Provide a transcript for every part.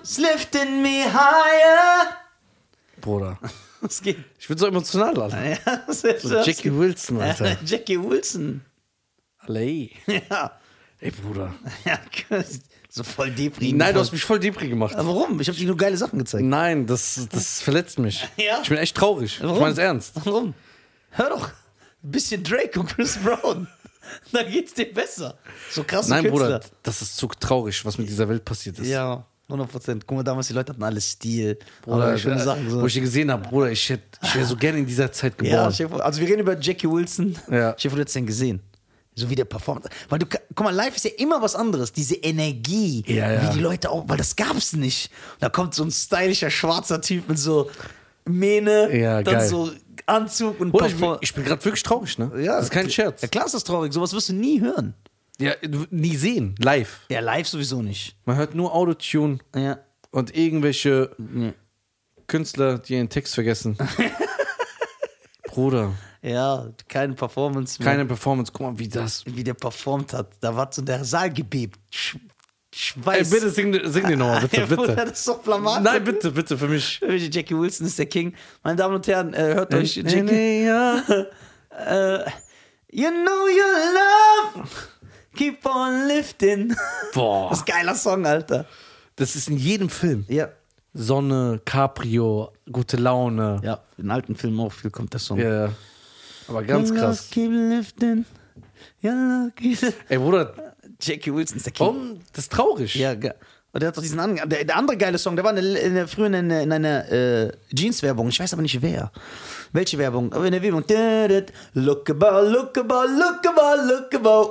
It's lifting me higher. Bruder. Es geht. Ich bin so emotional, Alter. Ja, das ist So Jackie Wilson, Alter. Jackie Wilson. Alley. Ja. Ey, Bruder. ja. So voll deprimierend. Nein, du hast mich voll depri gemacht. Aber Warum? Ich habe dir nur geile Sachen gezeigt. Nein, das, das verletzt mich. Ja? Ich bin echt traurig. Warum? Ich meine es ernst. Warum? Hör doch. Ein bisschen Drake und Chris Brown. Da geht's dir besser. So krasse Nein, Künstler. Bruder, das ist zu traurig, was mit dieser Welt passiert ist. Ja, 100 Prozent. Guck mal, damals die Leute hatten alle Stil. Bruder, Oder ich, schöne Sachen. Wo So. ich gesehen habe, Bruder, ich, hätt- ich wäre so gerne in dieser Zeit Ja, geboren. Chef, also wir reden über Jackie Wilson. Ja. Chef, du hättest den gesehen. So wie der performt. Weil du, ka- guck mal, live ist ja immer was anderes. Diese Energie, Ja, ja. wie die Leute auch, weil das gab's nicht. Da kommt so ein stylischer schwarzer Typ mit so Mähne, Ja, dann geil. so Anzug und Bruder, ich bin, performt. ich bin gerade wirklich traurig, ne? Ja, das ist kein Scherz. Ja, klar ist das traurig. Sowas wirst du nie hören. Ja, du- nie sehen, live. Ja, live sowieso nicht. Man hört nur Autotune Ja. und irgendwelche Künstler, die ihren Text vergessen. Bruder, Ja, keine Performance mehr. keine Performance. Guck mal, wie das. Wie der performt hat. Da war so der Saal gebebt. Sch Ey, Schweiß. bitte sing, sing den nochmal, bitte, Ja, Bruder, bitte. Das ist doch blamant. Nein, bitte, bitte, für mich. Jackie Wilson ist der King. Meine Damen und Herren, äh, hört euch Nee, Jackie. nee, ja. Äh, you know your love. Keep on lifting. Boah. Das ist ein geiler Song, Alter. Das ist in jedem Film. Ja. Sonne, Caprio, gute Laune. Ja, in alten Filmen auch viel kommt der Song. Ja. Aber ganz Your love krass. Keep lifting. Your love keep- Oh Ey, Bruder, Jackie Wilson ist der King. warum? Das ist traurig. Ja, ge- und der hat doch diesen anderen, der, der andere geile Song, der war in der, in der früher in, einer- in einer äh, Jeans-Werbung, ich weiß aber nicht wer. Welche Werbung? Aber in der Werbung. Dödöd. Look about, look about, look about, look about.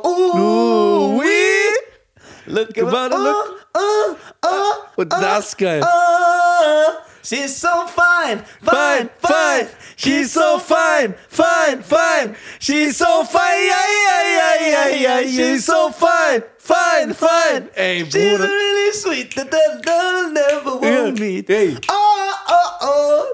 Ooh, Oh, wee. Look about, about, oh, look- oh, oh. Und das ist geil. Oh, she's so fine, fine, fine. She's so fine, fine, fine. She's so fine, yeah, yeah, yeah, yeah, yeah. She's so fine, fine, fine. Ey, She's Bruder. really sweet, that they'll, they'll never Ja, want me. ey. Oh, oh, oh.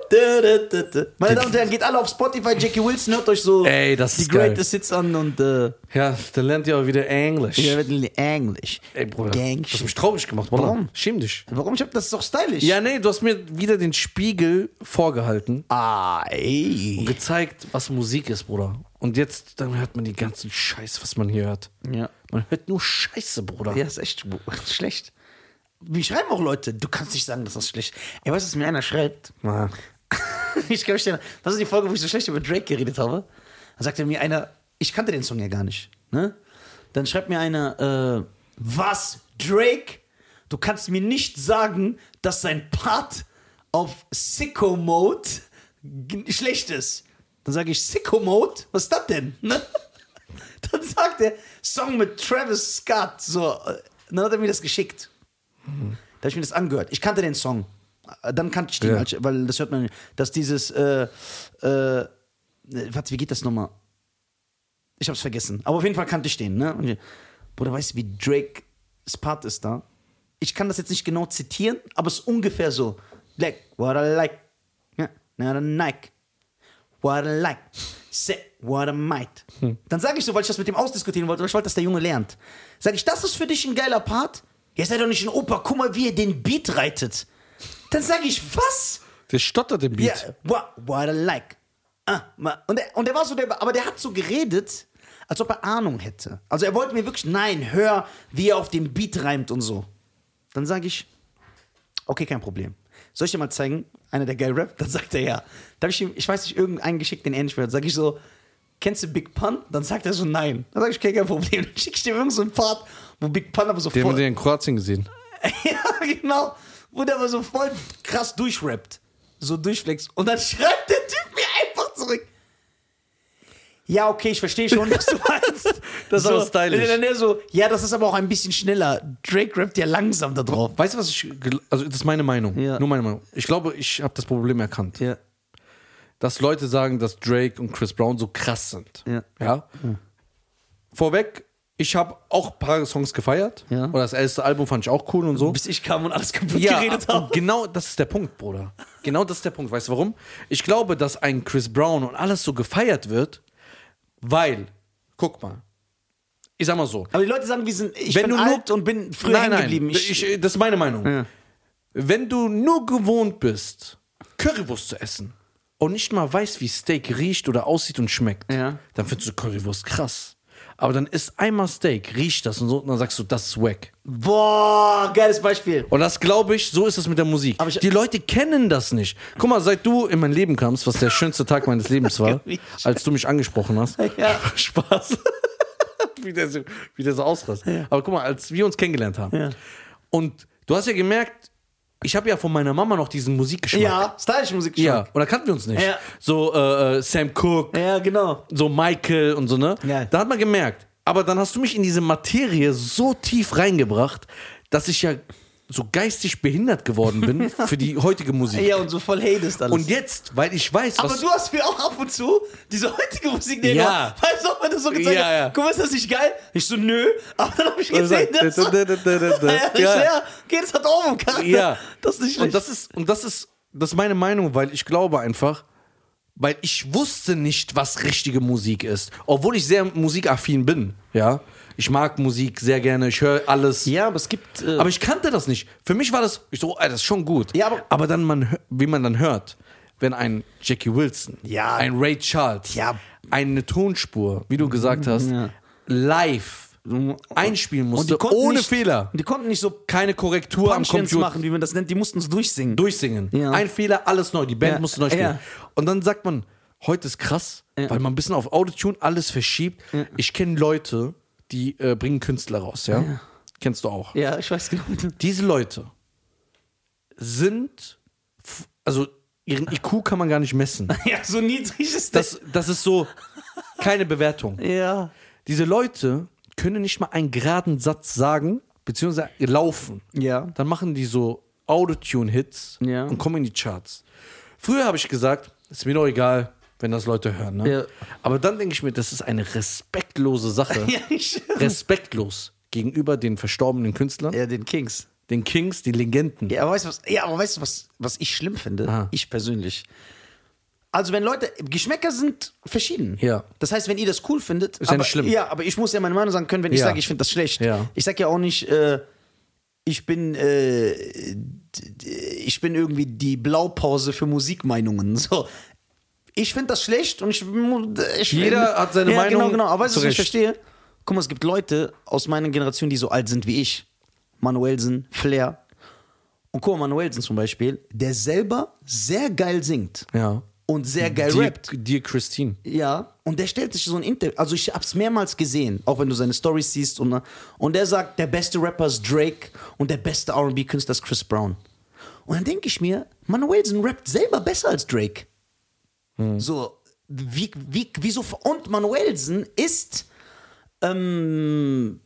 Da, da, da, da. Meine Damen und Herren, geht alle auf Spotify. Jackie Wilson hört euch so Ey, das die ist geil. Greatest Hits an und äh, Ja, dann lernt ihr auch wieder Englisch. wir werden Englisch. Ey, Bruder, du hast Gangster. mich traurig gemacht, Bruder. Warum? Schäm dich. Warum? Ich hab das ist doch stylisch. Ja, nee, du hast mir wieder den Spiegel vorgehalten Ah, ey. und gezeigt, was Musik ist, Bruder. Und jetzt, dann hört man die ganzen Scheiß, was man hier hört. Ja. Man hört nur Scheiße, Bruder. Ja, ist echt schw- schlecht. Wie schreiben auch Leute? Du kannst nicht sagen, dass das schlecht ist. Ey, weißt du, was mir einer schreibt? Ja. ich kann mich erinnern. Das ist die Folge, wo ich so schlecht über Drake geredet habe. Dann sagte mir einer, ich kannte den Song ja gar nicht. Ne? Dann schreibt mir einer, äh, was, Drake? Du kannst mir nicht sagen, dass sein Part auf Sicko Mode g- schlecht ist. Dann sage ich, Sicko Mode? Was ist das denn? Ne? Dann sagt er, Song mit Travis Scott. So, äh, dann hat er mir das geschickt. Da habe ich mir das angehört. Ich kannte den Song. Äh, Dann kannte ich den, Ja. als ich- weil das hört man, dass dieses, äh, äh, äh, warte, wie geht das nochmal? Ich hab's vergessen. Aber auf jeden Fall kannte ich den, ne? Und, ich- Bruder, weißt du, wie Drake's Part ist da? Ich kann das jetzt nicht genau zitieren, aber es ist ungefähr so. Like what I like, yeah, not a Nike. What I like, say what I might. Dann sage ich so, weil ich das mit dem ausdiskutieren wollte, weil ich wollte, dass der Junge lernt. Sage ich, das ist für dich ein geiler Part? Ihr seid doch nicht ein Opa, guck mal, wie ihr den Beat reitet. Dann sage ich, was? Der stottert im Beat. Ja, what, what I like. Ah, ma- und, er, und er war so der, aber der hat so geredet, als ob er Ahnung hätte. Also er wollte mir wirklich, nein, hör, wie er auf dem Beat reimt und so. Dann sage ich, okay, kein Problem. Soll ich dir mal zeigen, einer der geil rappt? Dann sagt er ja. Da habe ich ihm, ich weiß nicht, irgendeinen geschickt, den er nicht mehr hört. Sage ich so, kennst du Big Pun? Dann sagt er so, nein. Dann sage ich, okay, kein Problem. Dann schicke ich dir irgendeinen so einen Part, wo Big Pun aber so Den voll- haben wir in Kroatien gesehen. ja, genau. Wo der aber so voll krass durchrappt. So durchflext. Und dann schreibt der Typ mir einfach zurück. Ja, okay, ich verstehe schon, was du meinst. Das ist so, aber stylisch. Und Dann der so, ja, das ist aber auch ein bisschen schneller. Drake rappt ja langsam da drauf. Weißt du, was ich. gel- Also, das ist meine Meinung. Ja. Nur meine Meinung. Ich glaube, ich habe das Problem erkannt. Ja. Dass Leute sagen, dass Drake und Chris Brown so krass sind. Ja. ja? Vorweg, ich habe auch ein paar Songs gefeiert. Ja. Oder das erste Album fand ich auch cool und so. Bis ich kam und alles kaputt geredet und habe. genau das ist der Punkt, Bruder. Genau das ist der Punkt. Weißt du warum? Ich glaube, dass ein Chris Brown und alles so gefeiert wird, weil, guck mal, ich sag mal so, Aber die Leute sagen, wir sind, ich Wenn bin du nur- alt und bin früher hängen geblieben. Ich, das ist meine Meinung. Wenn du nur gewohnt bist, Currywurst zu essen und nicht mal weißt, wie Steak riecht oder aussieht und schmeckt, Ja. dann findest du Currywurst krass. Aber dann isst einmal Steak, riecht das und so, und dann sagst du, das ist wack. Boah, geiles Beispiel. Und das glaube ich, so ist es mit der Musik. Aber ich- die Leute kennen das nicht. Guck mal, seit du in mein Leben kamst, was der schönste Tag meines Lebens war, Gericht. als du mich angesprochen hast. Ja. Spaß. wie, der so, wie der so ausrastet. Aber guck mal, als wir uns kennengelernt haben. Ja. Und du hast ja gemerkt, ich habe ja von meiner Mama noch diesen Musikgeschmack. Ja, stylische Musik schon. Ja, und da kannten wir uns nicht. Ja. So äh, äh, Sam Cooke, ja, genau. so Michael und so, ne? Ja. Da hat man gemerkt. Aber dann hast du mich in diese Materie so tief reingebracht, dass ich ja so geistig behindert geworden bin für die heutige Musik. Ja, und so voll hatest alles. Und jetzt, weil ich weiß, aber was. du hast mir auch ab und zu diese heutige Musik näher Ja. gemacht. Weißt du, ob man das so gezeigt Ja, hat? ja. Guck mal, ist das nicht geil? Ich so, nö. Aber dann habe ich Und gesehen, sagt, dass... da, da, da, da, da. Ja, ich so, Ja. ja, okay, das hat auch einen Charakter. Ja. Das ist nicht schlecht. und das ist und das ist das ist meine Meinung, weil ich glaube einfach, weil ich wusste nicht, was richtige Musik ist, obwohl ich sehr musikaffin bin, ja. Ich mag Musik sehr gerne, ich höre alles. ja, aber es gibt... Äh, Aber ich kannte das nicht. Für mich war das, ich so, ey, das ist schon gut. Ja, aber- dann, man, hö- wie man dann hört, wenn ein Jackie Wilson, Ja. ein Ray Charles, Ja. eine Tonspur, wie du gesagt hast, Ja. live einspielen und die musste, konnten ohne nicht, Fehler. Die konnten nicht so Keine Korrektur am Punchlines Computer machen, wie man das nennt. Die mussten es durchsingen. durchsingen. Ja. Ein Fehler, alles neu. Die Band Ja, musste neu spielen. ja. Und dann sagt man, heute ist krass, weil man ein bisschen auf Autotune alles verschiebt. Ich kenne Leute, die äh, bringen Künstler raus, ja? Kennst du auch. ja, ich weiß genau. Diese Leute sind, f- also ihren IQ kann man gar nicht messen. ja, so niedrig ist das. Das, das ist so keine Bewertung. Ja. Diese Leute können nicht mal einen geraden Satz sagen, beziehungsweise laufen. Ja. Dann machen die so Autotune-Hits Ja. und kommen in die Charts. Früher habe ich gesagt, ist mir doch egal, wenn das Leute hören. Ne? Ja. Aber dann denke ich mir, das ist eine respektlose Sache. Ja, ich, Respektlos gegenüber den verstorbenen Künstlern, ja, den Kings. den Kings, den Legenden. Ja, aber weißt du, was, ja, aber weißt du, was, was ich schlimm finde? Hm. Ah. Ich persönlich. Also, wenn Leute, Geschmäcker sind verschieden. Ja. Das heißt, wenn ihr das cool findet. Ist ja aber, nicht schlimm. Ja, aber ich muss ja meine Meinung sagen können, wenn ich Ja. sage, ich finde das schlecht. Ja. Ich sage ja auch nicht, äh, ich bin, äh, d- d- ich bin irgendwie die Blaupause für Musikmeinungen. So. Ich finde das schlecht und ich, mu- ich Jeder hat seine ja, Genau, Meinung genau. Aber weißt du, was ich zurecht. verstehe? Guck mal, es gibt Leute aus meiner Generation, die so alt sind wie ich. Manuelsen, Flair, und guck mal, Manuelsen zum Beispiel, der selber sehr geil singt Ja. und sehr geil Dear, rappt. Dear Christine. Ja, und der stellt sich so ein Interview, also ich hab's mehrmals gesehen, auch wenn du seine Stories siehst und und der sagt, der beste Rapper ist Drake und der beste R&B Künstler ist Chris Brown. Und dann denke ich mir, Manuelsen rappt selber besser als Drake. So wie wie wieso und Manuelsen ist ähm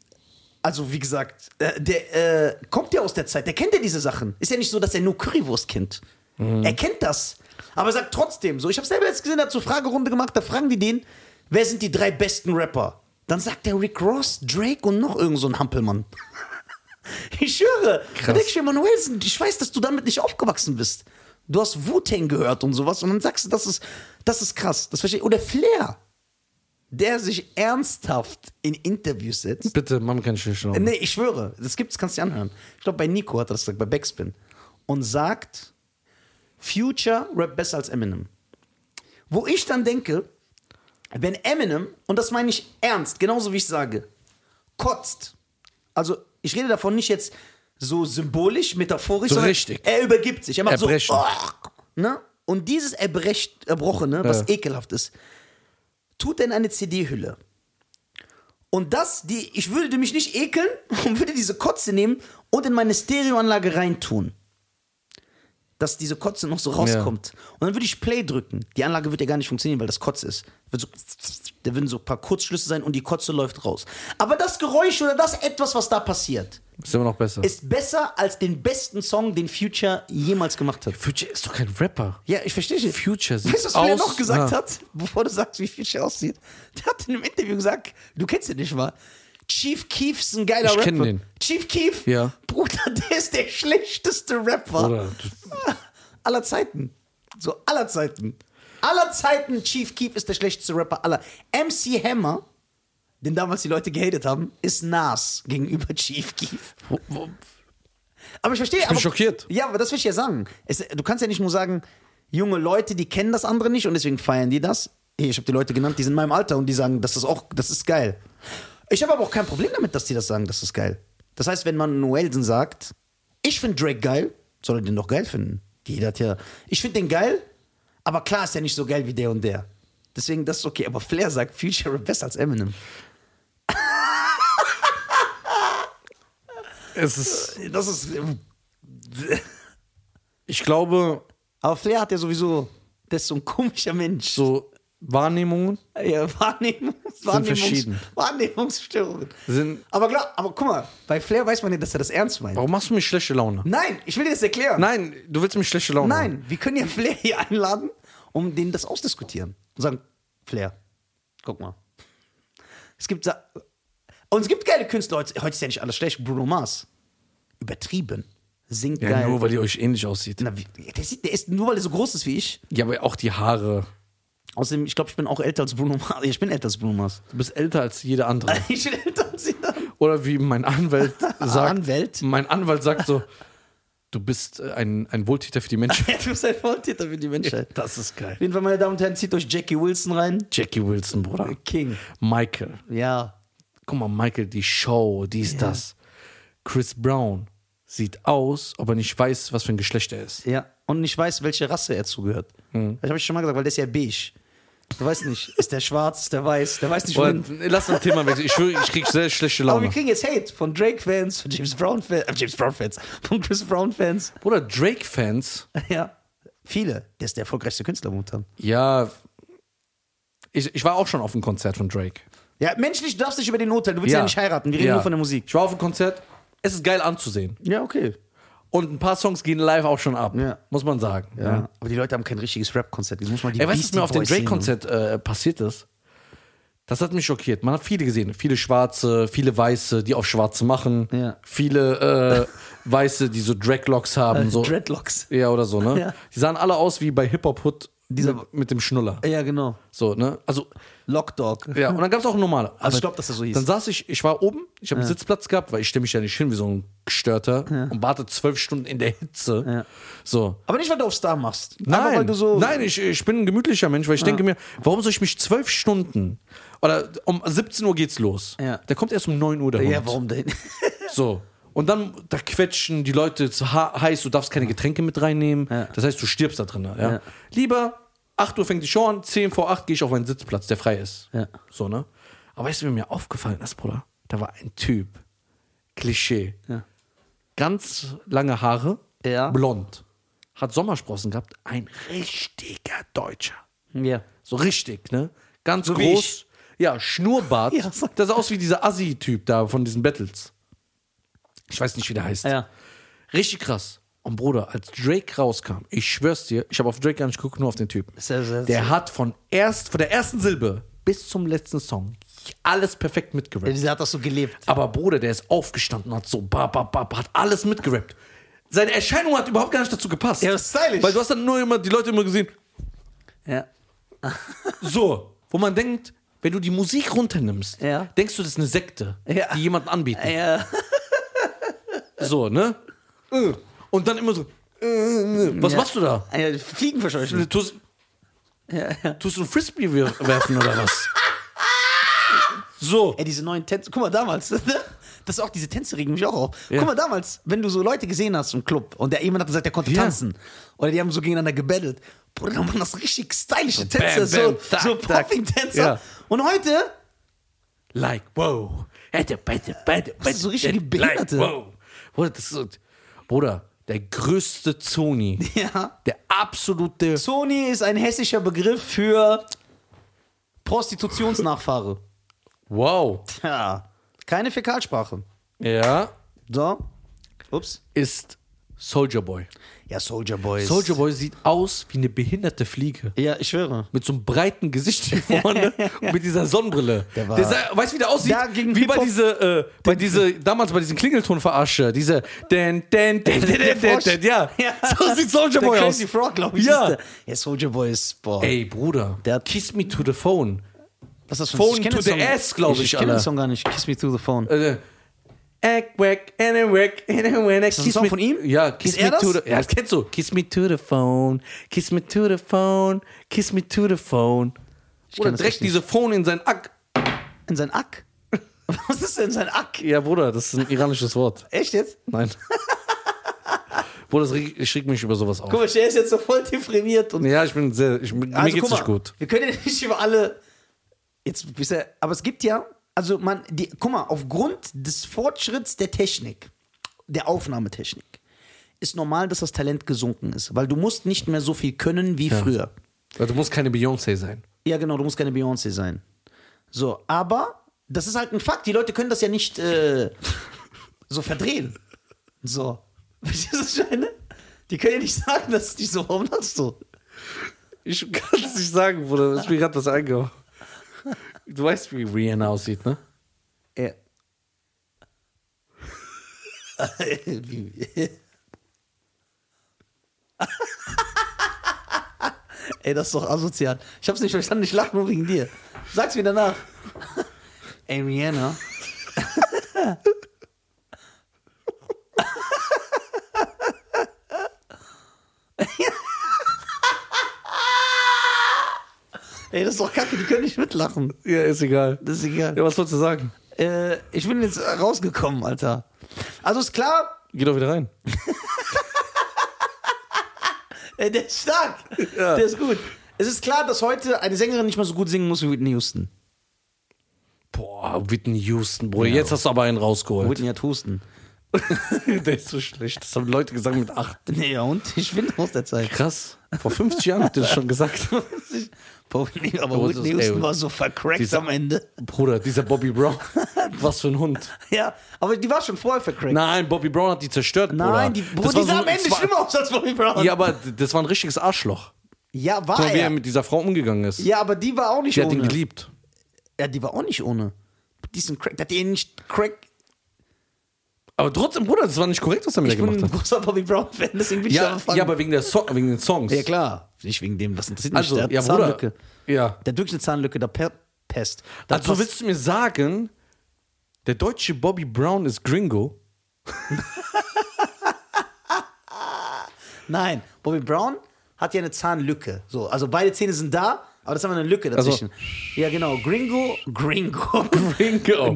also wie gesagt, äh, der äh, kommt ja aus der Zeit, der kennt ja diese Sachen. Ist ja nicht so, dass er nur Currywurst kennt. Er kennt das. Aber sagt trotzdem so, ich habe selber jetzt gesehen, er hat so Fragerunde gemacht, da fragen die den, wer sind die drei besten Rapper? Dann sagt der Rick Ross, Drake und noch irgend so ein Hampelmann. ich höre. Da denke ich mir, Manuelsen, ich weiß, dass du damit nicht aufgewachsen bist. Du hast Wu-Tang gehört und sowas und dann sagst du, das ist, das ist krass. Das verstehe ich. Oder Flair, der sich ernsthaft in Interviews setzt Bitte, mach mir keine schlechte Äh, Nee, ich schwöre, das gibt's, kannst du dir anhören. Ich glaube, bei Nico hat er das gesagt, bei Backspin. Und sagt, Future rappt besser als Eminem. Wo ich dann denke, wenn Eminem, und das meine ich ernst, genauso wie ich sage, kotzt, also ich rede davon nicht jetzt so symbolisch, metaphorisch, So sondern richtig. er übergibt sich. Er macht Erbrechen. so, oh, ne? Und dieses Erbrecht, Erbrochene, was Ja. ekelhaft ist, tut er in eine CD-Hülle. Und das, die, ich würde mich nicht ekeln und würde diese Kotze nehmen und in meine Stereoanlage reintun. Dass diese Kotze noch so rauskommt. Und dann würde ich Play drücken. Die Anlage wird ja gar nicht funktionieren, weil das Kotze ist. Wird so, da würden so ein paar Kurzschlüsse sein und die Kotze läuft raus. Aber das Geräusch oder das etwas, was da passiert, Ist immer noch besser. ist besser als den besten Song, den Future jemals gemacht hat. Future ist doch kein Rapper. Ja, ich verstehe nicht. Future sieht Weißt du, was Flair aus- Ah. noch gesagt Ja. hat, bevor du sagst, wie Future aussieht? Der hat in einem Interview gesagt, du kennst ihn nicht mal. Chief Keef ist ein geiler Ich Rapper. kenn den. Chief Keef? Ja. Bruder, der ist der schlechteste Rapper Oder- aller Zeiten. So aller Zeiten. Aller Zeiten, Chief Keef ist der schlechteste Rapper aller. MC Hammer, den damals die Leute gehatet haben, ist Nas gegenüber Chief Keef. Wo- wo- Aber ich verstehe. Ich bin schockiert. Ja, aber das will ich ja sagen. Es, du kannst ja nicht nur sagen, junge Leute, die kennen das andere nicht und deswegen feiern die das. Hey, ich habe die Leute genannt, die sind in meinem Alter und die sagen, das ist auch, das ist geil. Ich habe aber auch kein Problem damit, dass die das sagen, das ist geil. Das heißt, wenn man Noelsen sagt, ich finde Drake geil, soll er den doch geil finden. Jeder hat ja, ich finde den geil, aber klar ist er nicht so geil wie der und der. Deswegen, das ist okay. Aber Flair sagt Future ist besser als Eminem. Es ist, Das ist. ich glaube, Aber Flair hat ja sowieso. Der ist so ein komischer Mensch. so Wahrnehmungen Äh, Ja, Wahrnehmungs, verschieden. Wahrnehmungs, Wahrnehmungsstörungen. sind. Aber, glaub, aber guck mal, bei Flair weiß man ja, dass er das ernst meint. Warum machst du mir schlechte Laune? Nein, ich will dir das erklären. Nein, du willst mir schlechte Laune. machen. Nein, wir können ja Flair hier einladen, um denen das ausdiskutieren. Und sagen, Flair, guck mal. Es gibt Sa und es gibt geile Künstler, heute heute ist ja nicht alles schlecht, Bruno Mars. Übertrieben. Singt Ja, geil. nur weil die euch ähnlich aussieht. Na, wie, der, sieht, der ist nur weil er so groß ist wie ich. Ja, aber auch die Haare. Außerdem, ich glaube, ich bin auch älter als Bruno Mars. Ich bin älter als Bruno Mars. Du bist älter als jeder andere. Ich bin älter als jeder. Oder wie mein Anwalt sagt. Anwalt? Mein Anwalt sagt so: Du bist äh, ein, ein Wohltäter für die Menschen. Du bist ein Volltäter für die Menschheit. Das ist geil. Auf jeden Fall, meine Damen und Herren, zieht euch Jackie Wilson rein. Jackie Wilson, Bruder. King. Michael. Ja. Guck mal, Michael, die Show, dies, das. Chris Brown sieht aus, aber nicht weiß, was für ein Geschlecht er ist. Ja. Und ich weiß, welche Rasse er zugehört. Hm. Das habe ich schon mal gesagt, weil der ist ja beige. Du weißt nicht, ist der schwarz, ist der weiß, der weiß nicht, Oder, äh, wohin. lass das Thema wechseln. Ich, schwöre, ich krieg sehr schlechte Aber wir Laune. kriegen jetzt Hate von Drake-Fans, von James Brown-Fans, äh, James Brown-Fans, von Chris Brown-Fans. Bruder, Drake-Fans, Ja. Viele. Der ist der erfolgreichste Künstler momentan. ja. Ich, ich war auch schon auf einem Konzert von Drake. Ja, menschlich, du darfst nicht über den urteilen. Du willst ja, nicht heiraten. Wir reden Ja. nur von der Musik. Ich war auf einem Konzert. Es ist geil anzusehen. Ja, okay. Und ein paar Songs gehen live auch schon ab, Ja. muss man sagen. Ja. Aber die Leute haben kein richtiges Rap-Konzert. Jetzt muss man die Ey, weißt du, was Beastie mir auf dem Boys sehen. ne? Drake-Konzert äh, passiert ist? Das hat mich schockiert. Man hat viele gesehen. Viele Schwarze, viele Weiße, die auf Schwarze machen. Ja. Viele äh, Weiße, die so Dreadlocks haben. So. Dreadlocks. ja, oder so, ne? Äh, Ja. Die sahen alle aus wie bei Hip-Hop-Hood mit, mit dem Schnuller. Ja, genau. So, ne? Also, Lockdog. ja. Und dann gab es auch normale. Aber Also, ich glaub, dass das so hieß. Dann saß ich, ich war oben, ich habe einen Sitzplatz gehabt, weil ich stelle mich ja nicht hin wie so ein Gestörter und warte zwölf Stunden in der Hitze. Ja. So. Aber nicht, weil du auf Star machst. Einfach, Nein, weil du so. nein ich, ich bin ein gemütlicher Mensch, weil ich denke mir, warum soll ich mich zwölf Stunden oder um 17 Uhr geht's los. Ja. Der kommt erst um 9 Uhr der Hund. Ja, warum denn? So. Und dann, da quetschen die Leute, es ist ha- heiß, du darfst keine Getränke mit reinnehmen. Das heißt, du stirbst da drin. Ja? Ja. Lieber, 8 Uhr fängt die Show an, 10 vor 8 gehe ich auf meinen Sitzplatz, der frei ist. Ja. So, ne? Aber weißt du, wie mir aufgefallen ist, Bruder? Da war ein Typ, Klischee, Ja. ganz lange Haare, Ja. blond, hat Sommersprossen gehabt, ein richtiger Deutscher. ja. So richtig, ne? Ganz wie groß. Ja, Schnurrbart. Ja, so- Das sah aus wie dieser Assi-Typ da von diesen Battles. Ich weiß nicht, wie der heißt. Ja. Richtig krass. Und Bruder, als Drake rauskam, ich schwör's dir, ich habe auf Drake gar nicht geguckt, nur auf den Typen. Sehr, sehr, Der hat von erst von der ersten Silbe bis zum letzten Song alles perfekt mitgerappt. Dieser hat das so gelebt. Aber Bruder, der ist aufgestanden, hat so ba, ba, ba, ba, hat alles mitgerappt. Seine Erscheinung hat überhaupt gar nicht dazu gepasst. Ja, das ist stylisch. Weil du hast dann nur immer die Leute immer gesehen, Ja. so, wo man denkt, wenn du die Musik runternimmst, Ja. denkst du, das ist eine Sekte, Ja. die jemanden anbieten. Ja. So, ne? Äh. Und dann immer so, äh, äh, was machst du da? ja Fliegen verscheuchen. Tust, tust du einen Frisbee wir- werfen oder was? So. Ey, diese neuen Tänze. Guck mal, damals. ne? Das ist auch, diese Tänze regen mich auch auf. Ja. Guck mal, damals, wenn du so Leute gesehen hast im Club und der jemand hat gesagt, der konnte Ja. tanzen. Oder die haben so gegeneinander gebettelt. Bruder, da waren das richtig stylische bam, Tänze. so bam, tak, so tak. Popping-Tänzer. Ja. Und heute Like, wow. Hätte, hätte, hätte, Das ist so richtige hätte, Behinderte. Like, wow. Bruder, das ist, so- Bruder, der größte Zoni. Ja. Der absolute. Sony ist ein hessischer Begriff für Prostitutionsnachfahre. Wow. Tja, keine Fäkalsprache. Ja. So. Ups. Ist Soldier Boy. Ja, Soldier Boys. Soldier Boy sieht aus wie eine behinderte Fliege. Ja, ich schwöre. Mit so einem breiten Gesicht hier vorne und mit dieser Sonnenbrille. Der war- sah, weißt du, wie der aussieht? Ja, gegen wie bei Hip-Hop- diese, äh, bei diese, damals bei diesen Klingelton-Verarsche, diese den, den, den, den, den, den, den, ja. Ja. So sieht Soldier Der Boy aus. Crazy Frog, glaube ich. Ja. ist der. ja, Soldier Boy ist, boah. Ey, Bruder, Der hat- Kiss Me to the Phone. was ist das für ein- Phone ich kenn to den the Song- ass, glaub ich, Ich kenne den Alter. Song gar nicht. Kiss me to the phone. Äh, Egg, wack, and a wack, and a wack. Ist das ein Song von ihm? Ja, Kiss Ist Me er to das? the... Ja, das kennst du. Kiss Me to the phone, kiss me to the phone, kiss me to the phone. Oder kenn das direkt echt nicht. diese Phone in sein Ack. In sein Ack? Was ist denn sein Ack? Ja, Bruder, das ist ein iranisches Wort. Echt jetzt? Nein. Bruder, das reg- ich reg mich über sowas auf. Guck mal, der ist jetzt so voll deprimiert und. Ja, ich bin sehr... Ich, mir Also, geht's guck nicht mal, gut. Wir können ja nicht über alle. Jetzt bist du, aber es gibt ja, also man, die, guck mal, aufgrund des Fortschritts der Technik, der Aufnahmetechnik, ist normal, dass das Talent gesunken ist, weil du musst nicht mehr so viel können wie früher. Weil Du musst keine Beyoncé sein. Ja, genau, du musst keine Beyoncé sein. So, aber das ist halt ein Fakt. Die Leute können das ja nicht äh, so verdrehen. So. Verstehst du, was ich meine? Die können ja nicht sagen, dass die so, warum lachst du? Ich kann es nicht sagen, Bruder. Das ist mir gerade das eingehauen. Du weißt, wie Rihanna aussieht, ne? Ja. Wie- Ey, das ist doch asozial. Ich hab's nicht verstanden, ich lach nur wegen dir. Sag's mir danach. Ey, Rihanna. Ey, das ist doch kacke, die können nicht mitlachen. Ja, ist egal. Das ist egal. Ja, was sollst du sagen? Äh, ich bin jetzt rausgekommen, Alter. Also ist klar, Geh doch wieder rein. äh, der ist stark. Ja. Der ist gut. Es ist klar, dass heute eine Sängerin nicht mehr so gut singen muss wie Whitney Houston. Boah, Whitney Houston, Bruder. Jetzt hast du aber einen rausgeholt. Whitney hat Husten. Der ist so schlecht. Das haben Leute gesagt mit 8. Nee, ja, und? Ich bin aus der Zeit. Krass. Vor 50 Jahren habt ihr das schon gesagt. Boah, Whitney, aber Aber das Whitney ist- Houston ey, war so vercrackt dieser- am Ende. Bruder, dieser Bobby Brown. Was für ein Hund. Ja, aber die war schon vorher vercrackt. Nein, Bobby Brown hat die zerstört, Bruder. Nein, die, Bruder, Das war die sah so- am Ende das war- schlimmer aus als Bobby Brown. Ja, aber das war ein richtiges Arschloch. Ja, war Guck mal, wie er er. mit dieser Frau umgegangen ist. Ja, aber die war auch nicht Die hat ihn ohne. geliebt. ja, die war auch nicht ohne. Die ist ein Crack. Der hat ihn nicht Crack. Aber trotzdem, Bruder, das war nicht korrekt, was er mit Ich der bin gemacht ein hat. großer Bobby Brown-Fan, deswegen bin ich da Ja, befangen. ja, aber wegen, der so wegen den Songs. Ja, klar. Nicht wegen dem, was interessiert mich. also, der hat ja, Bruder. Zahnlücke. Ja. Der hat wirklich eine Zahnlücke, da per Pest. Da Also passt- willst du mir sagen, der deutsche Bobby Brown ist Gringo? Nein, Bobby Brown hat ja eine Zahnlücke. So, also beide Zähne sind da, aber das haben wir eine Lücke Also- dazwischen. Ja, genau. Gringo, Gringo. Gringo.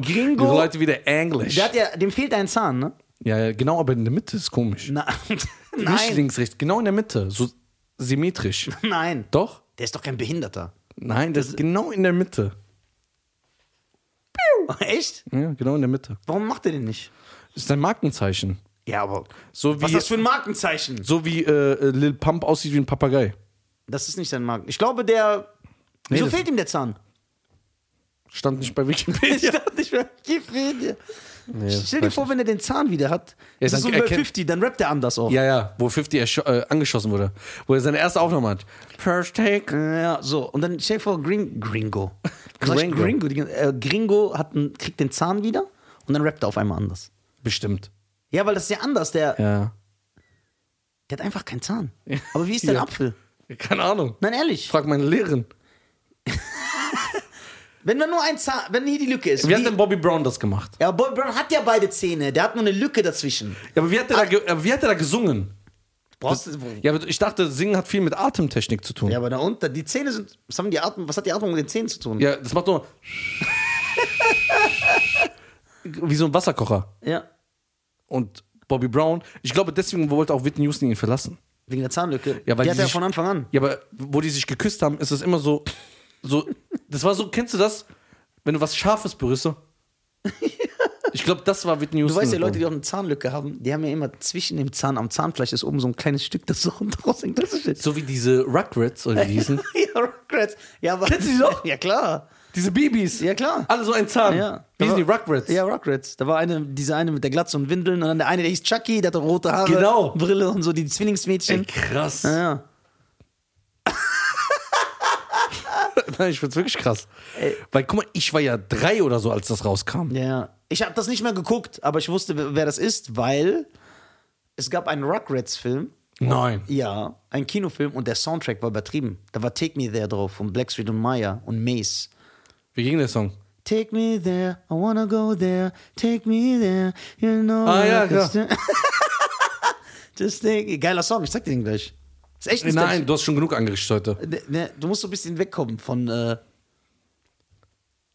Gringo. Die Leute wieder Englisch. Der hat ja, dem fehlt ein Zahn, ne? Ja, ja, genau, aber in der Mitte ist komisch. Na, Nicht nein, links, rechts, genau in der Mitte. So symmetrisch. nein. Doch? Der ist doch kein Behinderter. Nein, das ist genau in der Mitte. Echt? Ja, genau in der Mitte. Warum macht er den nicht? Ist sein Markenzeichen. Ja, aber So was wie, ist das für ein Markenzeichen? so wie äh, Lil Pump aussieht wie ein Papagei. Das ist nicht sein Marken. Ich glaube, der. Wieso das- fehlt ihm der Zahn? Stand nicht bei Wikipedia. Ich dachte nicht mehr, gib Rede. Stell dir vor, wenn er den Zahn wieder hat, das dann ist so erkennt- über 50, dann rappt er anders auch. Ja, ja, wo 50 ersch- äh, angeschossen wurde. Wo er seine erste Aufnahme hat. First Take. Ja, so. Und dann stell dir vor, Gring Gringo. Sag ich Gringo. Gringo, die, äh, Gringo hat einen, kriegt den Zahn wieder und dann rappt er auf einmal anders. Bestimmt. Ja, weil das ist ja anders. Der, Ja. der hat einfach keinen Zahn. Aber wie ist der Ja. Apfel? Keine Ahnung. Nein, ehrlich. Frag meine Lehrerin. Wenn man nur ein Zahn, wenn hier die Lücke ist. Wie hat wie- denn Bobby Brown das gemacht? ja, Bob Brown hat ja beide Zähne. Der hat nur eine Lücke dazwischen. Ja, aber wie hat er, da, ge- aber wie hat er da gesungen? Brauchst du. Ja, aber ich dachte, Singen hat viel mit Atemtechnik zu tun. Ja, Ja, aber da unten, die Zähne sind. Was, haben die Atmung, was hat die Atmung mit den Zähnen zu tun? das macht nur. wie so ein Wasserkocher. ja. Und Bobby Brown, ich glaube, deswegen wollte auch Whitney Houston ihn verlassen. Wegen der Zahnlücke. Ja, weil die die hat er ja sich- von Anfang an. Ja, aber wo die sich geküsst haben, ist es immer so. so das war so, kennst du das? Wenn du was Scharfes berührst. so? Ich glaube, das war Whitney Du Houston. weißt ja, Leute, die auch eine Zahnlücke haben, die haben ja immer zwischen dem Zahn, am Zahnfleisch ist oben so ein kleines Stück, das so raushängt. Das ist So wie diese Rugrats oder wie die hießen. ja, Rugrats. Ja, aber Kennst du die noch? Ja, klar. diese Babys. Ja, klar. Alle so ein Zahn. Ja. Wie hießen die Da war- Rugrats? Ja, Rugrats. Da war eine, diese eine mit der Glatze und Windeln und dann der eine, der hieß Chucky, der hatte rote Haare, Genau. Brille und so, die Zwillingsmädchen. Krass. Ja, ja. Nein, ich find's wirklich krass. Weil, guck mal, ich war ja drei oder so, als das rauskam. ja, ja. Ich habe das nicht mehr geguckt, aber ich wusste, wer- wer das ist, weil es gab einen Rugrats-Film. Nein. Ja, ein Kinofilm und der Soundtrack war übertrieben. Da war Take Me There drauf von Blackstreet und Maya und Mace. Wie ging der Song? Take me there, I wanna go there, take me there, you know. Ah, ja, I can st- Just take Geiler Song, ich zeig dir den gleich. Ist echt nicht Nein, du hast schon genug angerichtet heute. Ne, ne, Du musst so ein bisschen wegkommen von äh,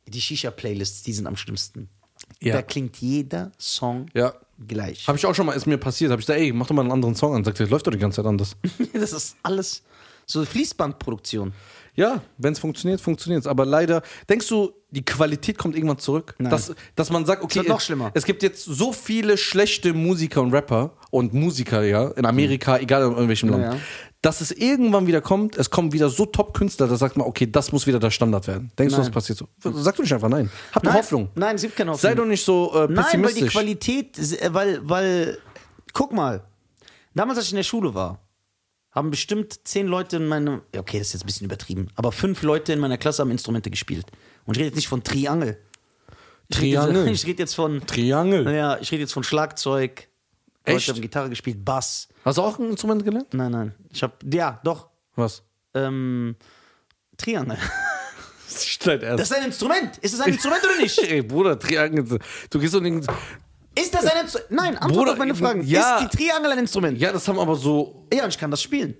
die Shisha-Playlists, die sind am schlimmsten. Ja. Da klingt jeder Song Ja. gleich. Habe ich auch schon mal, ist mir passiert. Habe ich da, ey, mach doch mal einen anderen Song an. Sagt er, läuft doch die ganze Zeit anders. Das ist alles so Fließbandproduktion. Ja, wenn es funktioniert, funktioniert es. Aber leider, denkst du, die Qualität kommt irgendwann zurück? Nein. Dass, dass man sagt, okay, wird noch schlimmer. es gibt jetzt so viele schlechte Musiker und Rapper und Musiker, ja, in Amerika, egal in welchem Land, Hm. Ja. dass es irgendwann wieder kommt, es kommen wieder so Top-Künstler, da sagt man, okay, das muss wieder der Standard werden. Denkst du, Nein. das passiert so? Sag doch nicht einfach nein. Hab doch Nein, Hoffnung. Nein, es gibt keine Hoffnung. Sei doch nicht so Nein, äh, weil die pessimistisch. Qualität, äh, weil, weil, guck mal, damals, als ich in der Schule war, haben bestimmt zehn Leute in meinem, ja, okay, das ist jetzt ein bisschen übertrieben, aber fünf Leute in meiner Klasse haben Instrumente gespielt. Und ich rede jetzt nicht von Triangel. Ich rede- Triangel? Ich rede jetzt von, Triangel. naja, ich rede jetzt von Schlagzeug. Echt? Leute haben Gitarre gespielt, Bass. Hast du auch ein Instrument gelernt? Nein, nein. Ich hab, ja, doch, Was? ähm, Triangel. Schneid erst. Das ist ein Instrument. Ist das ein Instrument oder nicht? Ey, Bruder, Triangel. Du gehst doch nirgends. Ist das ein Instrument? Nein, Antwort Bruder, auf meine Fragen. ja. Ist die Triangel ein Instrument? Ja, das haben aber so Ja, und ich kann das spielen.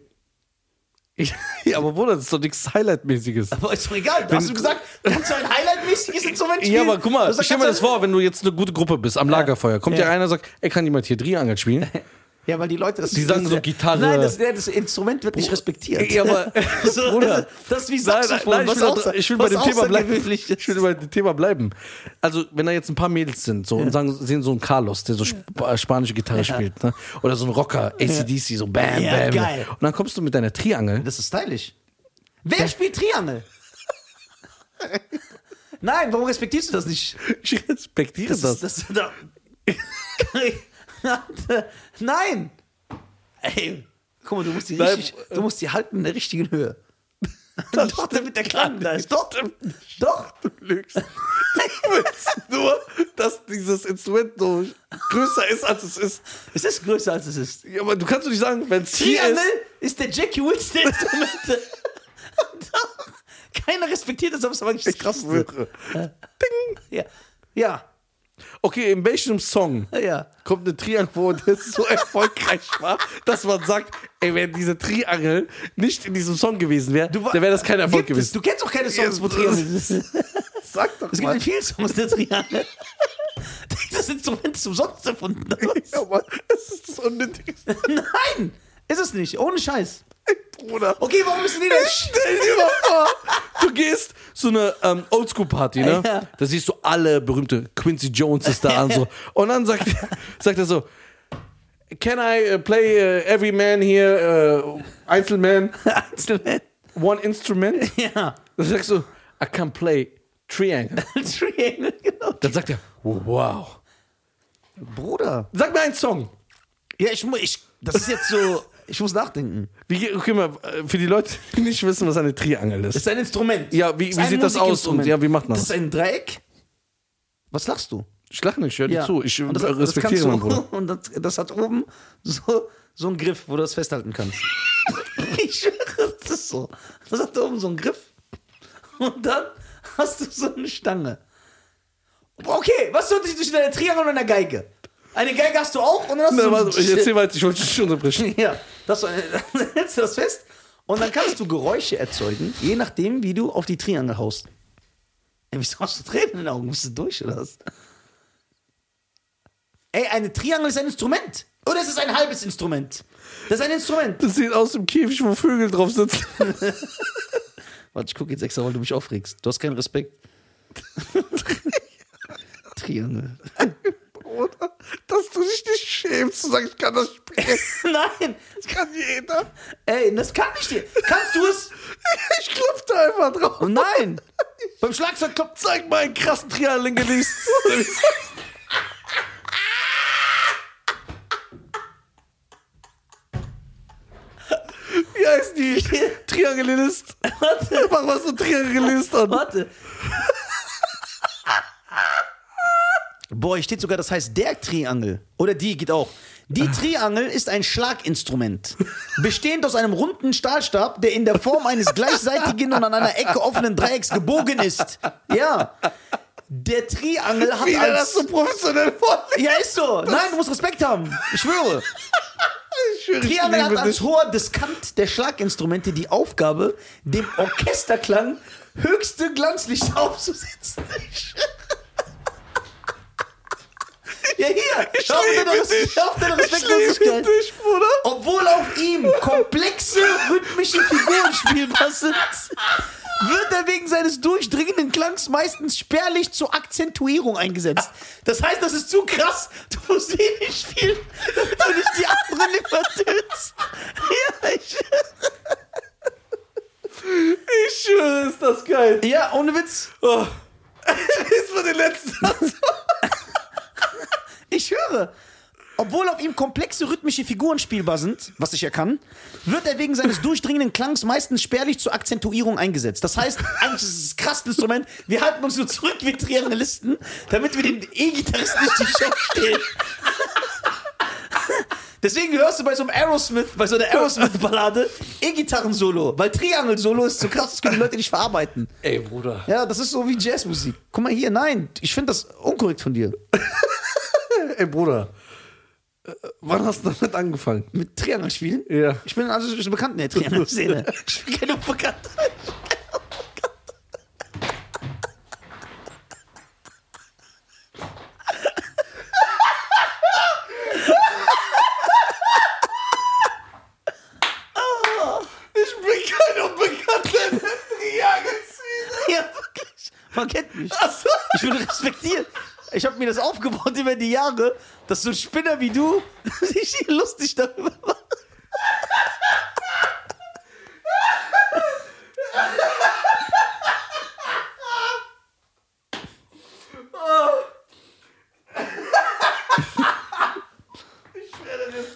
Ja, aber Bruder, das ist doch nichts Highlight-mäßiges. Aber ist doch egal. Du hast du gesagt, kannst du ein highlightmäßiges Instrument spielen? Ja, aber guck mal, Du sagst, stell mir das kannst du- vor, wenn du jetzt eine gute Gruppe bist, am Lagerfeuer, kommt ja, Ja. einer und sagt, ey, kann jemand hier Triangel spielen? Ja, weil die Leute das. Die sagen so das- Gitarre. Nein, das, das Instrument wird nicht respektiert. Ja, aber- so, Bruder. Das ist wie Saxophon. ich will, was da- auch- ich will bei was dem auch Thema sehr bleiben. gewöhnlich ist. Ich will bei dem Thema bleiben. Also, wenn da jetzt ein paar Mädels sind so, und sagen, sehen so einen Carlos, der so sp äh, spanische Gitarre spielt, ne? oder so einen Rocker, ACDC, so bam, Ja, bam. geil. Und dann kommst du mit deiner Triangel. Das ist stylisch. Wer spielt Triangel? Nein, warum respektierst du das nicht? Ich respektiere das. Das, das, da, Nein! Ey, guck mal, du musst die, Nein, richtig, du musst die halten in der richtigen Höhe. Doch, damit der Klang da ist. Doch, doch. lügst. Du willst nur, dass dieses Instrument so größer ist, als es ist. Es ist größer, als es ist. Ja, aber du kannst doch nicht sagen, wenn es hier Triangel ist. ist der Jackie Wills der Instrumente. Doch. Keiner respektiert das, aber es ist aber nicht das Krasseste. Ja. ja, Okay, in welchem Song ja. kommt eine Triangel vor, der so erfolgreich war, dass man sagt, ey, wenn diese Triangel nicht in diesem Song gewesen wäre, Du wa- dann wäre das kein Erfolg Gibt es? gewesen. Du kennst auch keine Songs, wo Ja, Triangel ist. Sag doch Es gibt in vielen Songs der Triangel. Das Instrument ist umsonst erfunden. oder was? Ja, Mann, das ist das Unnötigste, Nein, ist es nicht. Ohne Scheiß. Bruder. Okay, warum müssen die das? Stell dir mal vor, du gehst so eine ähm, Oldschool-Party, ne? Ja. Da siehst du alle berühmte Quincy Jones ist da an so. Und dann sagt, sagt er so, Can I uh, play uh, every man here, uh, Einzelman, Einzelmann. one instrument? Ja. Dann sagst du, I can play Triangle. Triangle, genau. Dann sagt er, wow. Bruder. Sag mir einen Song. Ja, ich muss. Ich, das ist jetzt so. Ich muss nachdenken. Wie, ge- okay, mal, äh, für die Leute, die nicht wissen, was eine Triangel ist. ist ein Instrument. Ja, wie, Ist wie ein sieht das aus? Und, Musikinstrument. ja, wie macht man Das das? ist ein Dreieck. Was lachst du? Ich lache nicht, ich höre dir Ja. zu. Ich Und das- äh, das respektiere kannst du- meinen Bruder. Und das, das hat oben so, so einen Griff, wo du das festhalten kannst. ich schwöre, das ist so. Das hat oben so einen Griff. Und dann hast du so eine Stange. Okay, was tut sich zwischen einer Triangel und einer Geige? Eine Geige hast du auch und dann hast du Na, so warte, ich erzähl weiter, ich wollte dich nicht unterbrechen. ja, das, dann hältst du das fest und dann kannst du Geräusche erzeugen, je nachdem, wie du auf die Triangel haust. Ey, wieso hast du Tränen in den Augen? Bist du durch oder was? Ey, eine Triangel ist ein Instrument. Oder es ist ein halbes Instrument. Das ist ein Instrument. Das sieht aus dem Käfig, wo Vögel drauf sitzen. Warte, ich gucke jetzt extra, weil du mich aufregst. Du hast keinen Respekt. Triangel. Oder? Dass du dich nicht schämst zu sagen, ich kann das spielen. Nein! Das kann jeder. Ey, das kann ich dir. Kannst du es? Ich klopf da einfach Oh, drauf. nein! Beim Schlagzeug klopft Zeig mal einen krassen Trialen geleast. Wie heißt die? Triangelist. Warte. Mach mal so Triangelist an. Warte. Boah, hier steht sogar, das heißt der Triangel. Oder die geht auch. Die Ah. Triangel ist ein Schlaginstrument, bestehend aus einem runden Stahlstab, der in der Form eines gleichseitigen und an einer Ecke offenen Dreiecks gebogen ist. Ja. Der Triangel hat Wie der als... das so professionell vorliest. Ja, ist so. Nein, du musst Respekt haben. Ich schwöre. Ich schwöre, ich Triangel hat liebe als dich. hoher Diskant der Schlaginstrumente die Aufgabe, dem Orchesterklang höchste Glanzlichter aufzusetzen. ja, hier. Ich hör auf liebe deine Res- dich. hör auf deine Ich liebe Respektlosigkeit. dich, Bruder. Obwohl auf ihm komplexe rhythmische Figuren spielbar sind, wird er wegen seines durchdringenden Klangs meistens spärlich zur Akzentuierung eingesetzt. Das heißt, das ist zu krass. Du musst ihn nicht spielen, damit du nicht die anderen übertönst. Ja, ich, Ich schwöre, ist das geil. ja, ohne Witz. Oh. Lies mal den letzten Satz. Ich höre. Obwohl auf ihm komplexe rhythmische Figuren spielbar sind, was ich ja kann, wird er wegen seines durchdringenden Klangs meistens spärlich zur Akzentuierung eingesetzt. Das heißt, eigentlich ist es ein krasses Instrument. Wir halten uns nur zurück, wir Triangelisten, damit wir den E-Gitarristen nicht die Show stehlen. Deswegen hörst du bei so einem Aerosmith, bei so einer Aerosmith-Ballade E-Gitarren-Solo, weil Triangel-Solo ist zu krass, das können die Leute nicht verarbeiten. Ey, Bruder. Ja, das ist so wie Jazzmusik. Guck mal hier, nein, ich finde das unkorrekt von dir. Ey, Bruder. Äh, Wann hast du damit angefangen? mit Triangel spielen. Ja. Ich bin also ich bin bekannt in der Triangel-Szene. Ich bin kein Unbekannter. Ich bin kein Unbekannter in der Triangelszene. Ja, wirklich. Man kennt mich. Achso. Ich bin respektiert. Ich habe mir das aufgebaut über die Jahre, dass so ein Spinner wie du sich hier lustig darüber macht.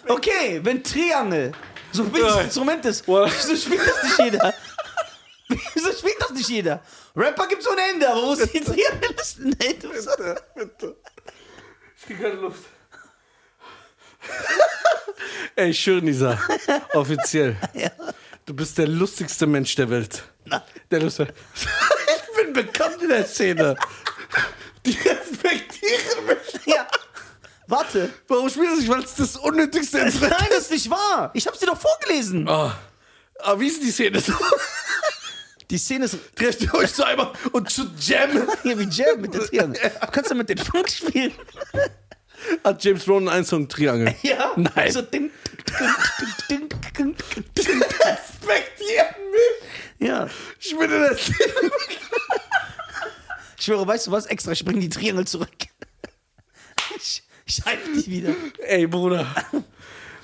Okay, wenn Triangel so ein billiges Nein. Instrument ist, What? wieso spielt das nicht jeder? Wieso spielt das nicht jeder? Rapper gibt's ohne Ende, aber wo sind die Triangelisten? Ey, du bist- Bitte, bitte. Ich krieg keine Luft. Ey, schön, Nisa. Offiziell. Du bist der lustigste Mensch der Welt. Der lustigste. Ich bin bekannt in der Szene. Die respektieren mich. Ja. Warte. Warum spielst du nicht? Weil es das unnötigste Instrument Nein, das ist nicht wahr. Ich hab's dir doch vorgelesen. Oh. Aber wie ist denn die Szene so? Die Szene ist Trefft ihr euch so einmal und zu Jam hier wie Jam mit der Triangel. Du kannst ja mit den Funk spielen. hat James Ronan einen Song Triangel. Ja. Nein. So ding, ding, ding, ding, ding, ding. Respektieren mich. Ja. Ich bin in der Szene. Ich schwöre, weißt du was? Extra springen die Triangel zurück. Ich, ich hype dich wieder. Ey, Bruder.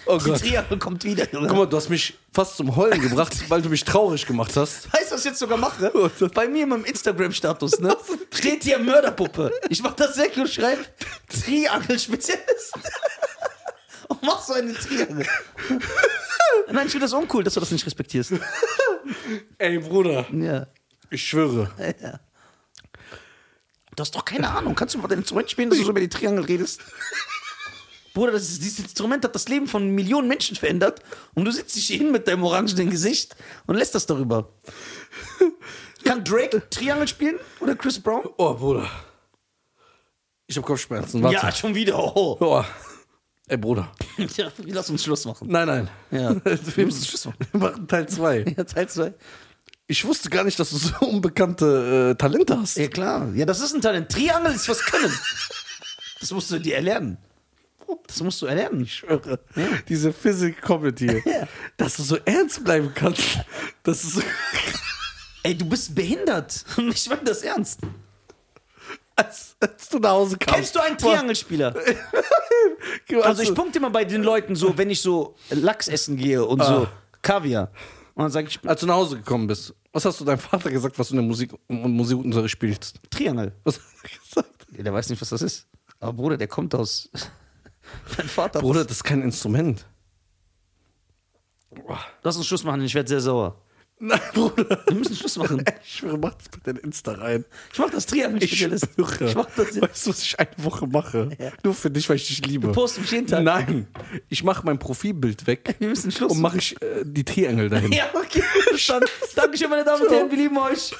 Oh Die Gott. Triangel kommt wieder, Junge. Guck mal, du hast mich fast zum Heulen gebracht, weil du mich traurig gemacht hast. Weißt du, was ich jetzt sogar mache? Bei mir in meinem Instagram-Status, ne? Steht hier Mörderpuppe. Ich mach das weg und schreibe Triangel-Spezialist. Und mach so eine Triangel. Nein, ich finde das uncool, dass du das nicht respektierst. Ey, Bruder. Ja. Ich schwöre. ja. Du hast doch keine Ahnung. Kannst du mal dein Instrument spielen, dass du so über die Triangel redest? Bruder, das ist, dieses Instrument hat das Leben von Millionen Menschen verändert und du sitzt dich hier hin mit deinem orangenen Gesicht und lässt das darüber. Kann Drake Triangel spielen oder Chris Brown? Oh, Bruder. Ich hab Kopfschmerzen. Warte. Ja, schon wieder. Oh. Oh. Ey, Bruder. Ja, lass uns Schluss machen. Nein, nein. Ja. Wir müssen Schluss machen. Wir machen Teil 2. Ja, Teil 2. Ich wusste gar nicht, dass du so unbekannte äh, Talente hast. Ja, klar. Ja, das ist ein Talent. Triangel ist was können. Das musst du dir erlernen. Das musst du erlernen. Ich schwöre. Diese Physical Comedy. Dass du so ernst bleiben kannst. Das ist so. Ey, du bist behindert. Ich meine das ernst. Als, als du nach Hause kamst. Kennst du einen Triangelspieler? Also ich punkte immer bei den Leuten so, wenn ich so Lachs essen gehe und so Ah. Kaviar. Und dann sage ich Als du nach Hause gekommen bist, was hast du deinem Vater gesagt, was du in der Musik und Musikunterricht spielst? Triangel. Was hat er gesagt? Ja, Der weiß nicht, was das ist. Aber Bruder, der kommt aus. Mein Vater. Bruder, das ist kein Instrument. Boah. Lass uns Schluss machen, ich werde sehr sauer. Nein, Bruder. Wir müssen Schluss machen. Ich schwöre, mach das bitte in Insta rein. Ich mach das Triangel. Ich schwöre. Ich mach das jetzt. Weißt du, was ich eine Woche mache? Ja. Nur für dich, weil ich dich liebe. Du postest halt. mich jeden Tag. Nein. Ich mache mein Profilbild weg Wir müssen Oh Schluss und mache ich äh, die Triangel dahin. Ja, okay. Dann, Dankeschön, meine Damen und Herren, wir lieben euch.